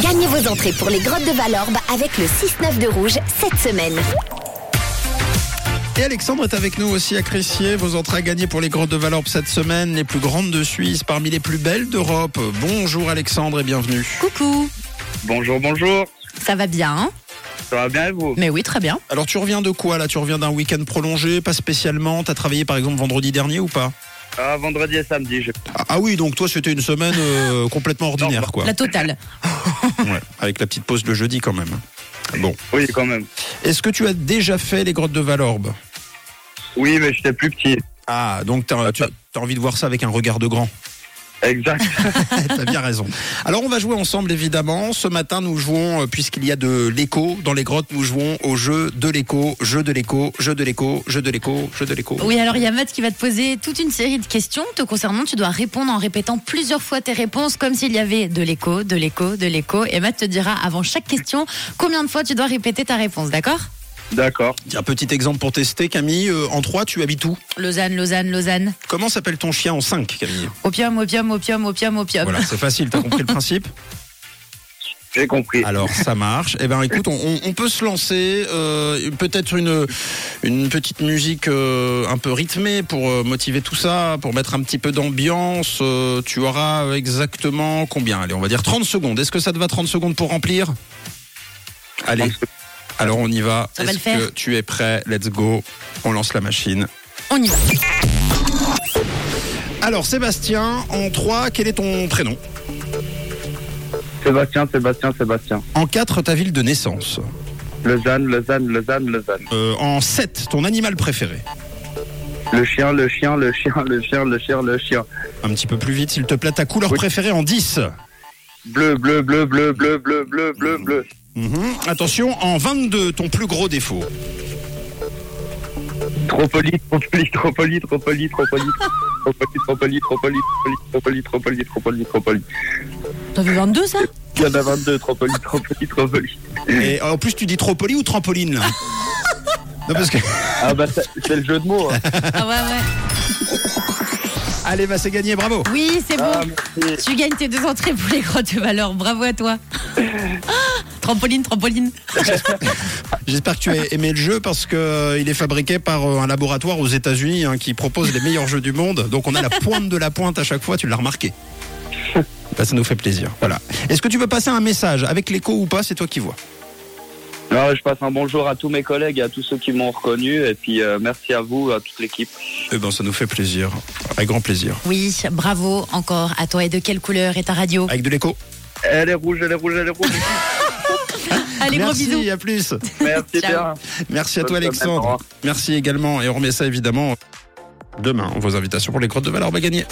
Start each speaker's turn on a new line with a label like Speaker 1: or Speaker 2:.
Speaker 1: Gagnez vos entrées pour les grottes de Valorbe avec le 6-9 de rouge cette semaine.
Speaker 2: Et Alexandre est avec nous aussi à Crissier. Vos entrées à gagner pour les grottes de Valorbe cette semaine, les plus grandes de Suisse, parmi les plus belles d'Europe. Bonjour Alexandre et bienvenue.
Speaker 3: Coucou,
Speaker 4: Bonjour, bonjour.
Speaker 3: ça va bien hein
Speaker 4: Ça va bien et vous
Speaker 3: Mais oui, très bien.
Speaker 2: Alors tu reviens de quoi là Tu reviens d'un week-end prolongé, pas spécialement T'as travaillé par exemple vendredi dernier ou pas
Speaker 4: Ah, Vendredi et samedi, je...
Speaker 2: ah, ah oui, donc toi c'était une semaine euh, complètement ordinaire quoi.
Speaker 3: La totale.
Speaker 2: Ouais, avec la petite pause le jeudi quand même. Bon,
Speaker 4: oui quand même.
Speaker 2: est-ce que tu as déjà fait les grottes de Valorbe
Speaker 4: Oui, mais j'étais plus petit.
Speaker 2: Ah, donc t'as- tu as envie de voir ça avec un regard de grand.
Speaker 4: Exact.
Speaker 2: T'as bien raison. Alors on va jouer ensemble évidemment. Ce matin nous jouons, euh, puisqu'il y a de l'écho dans les grottes, nous jouons au jeu de l'écho, jeu de l'écho, jeu de l'écho, jeu de l'écho, jeu de l'écho.
Speaker 3: Oui, alors il y a Matt qui va te poser toute une série de questions te concernant. Tu dois répondre en répétant plusieurs fois tes réponses, comme s'il y avait de l'écho, de l'écho, de l'écho. Et Matt te dira avant chaque question combien de fois tu dois répéter ta réponse, d'accord
Speaker 4: D'accord.
Speaker 2: Tiens, petit exemple pour tester Camille, Euh, en 3 tu habites où
Speaker 3: Lausanne, Lausanne, Lausanne.
Speaker 2: Comment s'appelle ton chien en 5 Camille
Speaker 3: Opium, opium, opium, opium, opium.
Speaker 2: Voilà, c'est facile, t'as compris le principe
Speaker 4: J'ai compris.
Speaker 2: Alors ça marche. Eh ben écoute, on, on- on peut se lancer. euh, Peut-être une une petite musique euh, un peu rythmée pour euh, motiver tout ça, pour mettre un petit peu d'ambiance. Euh, tu auras exactement combien Allez, on va dire 30 secondes. Est-ce que ça te va 30 secondes pour remplir Allez. Alors on y va.
Speaker 3: Ça va
Speaker 2: Est-ce
Speaker 3: le faire.
Speaker 2: que tu es prêt Let's go. On lance la machine.
Speaker 3: On y va.
Speaker 2: Alors Sébastien, en 3, quel est ton prénom
Speaker 4: Sébastien, Sébastien, Sébastien.
Speaker 2: En 4, ta ville de naissance.
Speaker 4: Lausanne, Lausanne, Lausanne, Lausanne.
Speaker 2: Euh, en 7, ton animal préféré.
Speaker 4: Le chien, le chien, le chien, le chien, le chien, le chien.
Speaker 2: Un petit peu plus vite, s'il te plaît. Ta couleur
Speaker 4: Oui.
Speaker 2: préférée en 10.
Speaker 4: Bleu, bleu, bleu, bleu, bleu, bleu, bleu, bleu, bleu.
Speaker 2: Mhm. Attention, en 22, ton plus gros défaut.
Speaker 4: Trop poli, trop poli, trop poli, trop poli, trop poli. Trop poli, trop poli, trop poli, trop poli, trop poli, trop poli, trop poli.
Speaker 3: T'en veux 22 ça
Speaker 4: Il y en a 22, trop poli, trop poli, trop poli.
Speaker 2: Et euh, en plus, tu dis tropoli ou trampoline là Non, parce que...
Speaker 4: Ah bah c'est c'est le jeu de mots. hein.
Speaker 3: Ah ouais, ouais.
Speaker 2: Allez, bah c'est gagné, bravo
Speaker 3: Oui, c'est bon.
Speaker 4: Ah, merci.
Speaker 3: Tu gagnes tes deux entrées pour les grottes de valeur. Bravo à toi. Ah, trampoline, trampoline.
Speaker 2: J'espère que tu as aimé le jeu parce que euh, il est fabriqué par euh, un laboratoire aux États-Unis hein, qui propose les meilleurs jeux du monde. Donc on a la pointe de la pointe à chaque fois, tu l'as remarqué. Bah, ça nous fait plaisir. Voilà. Est-ce que tu veux passer un message avec l'écho ou pas C'est toi qui vois.
Speaker 4: Non, je passe un bonjour à tous mes collègues et à tous ceux qui m'ont reconnu. Et puis euh, merci à vous, à toute l'équipe.
Speaker 2: Eh ben, ça nous fait plaisir. Avec grand plaisir.
Speaker 3: Oui, bravo encore à toi. Et de quelle couleur est ta radio
Speaker 2: Avec de l'écho.
Speaker 4: Elle est rouge, elle est rouge, elle est rouge.
Speaker 3: Allez, gros
Speaker 2: Merci,
Speaker 3: bisous.
Speaker 2: à plus.
Speaker 4: merci
Speaker 3: Ciao.
Speaker 4: bien.
Speaker 2: Merci à toi
Speaker 4: Bonne semaine, au
Speaker 2: Alexandre.
Speaker 4: revoir.
Speaker 2: Merci également et on remet ça évidemment demain. Vos invitations pour les grottes de valeur va gagner.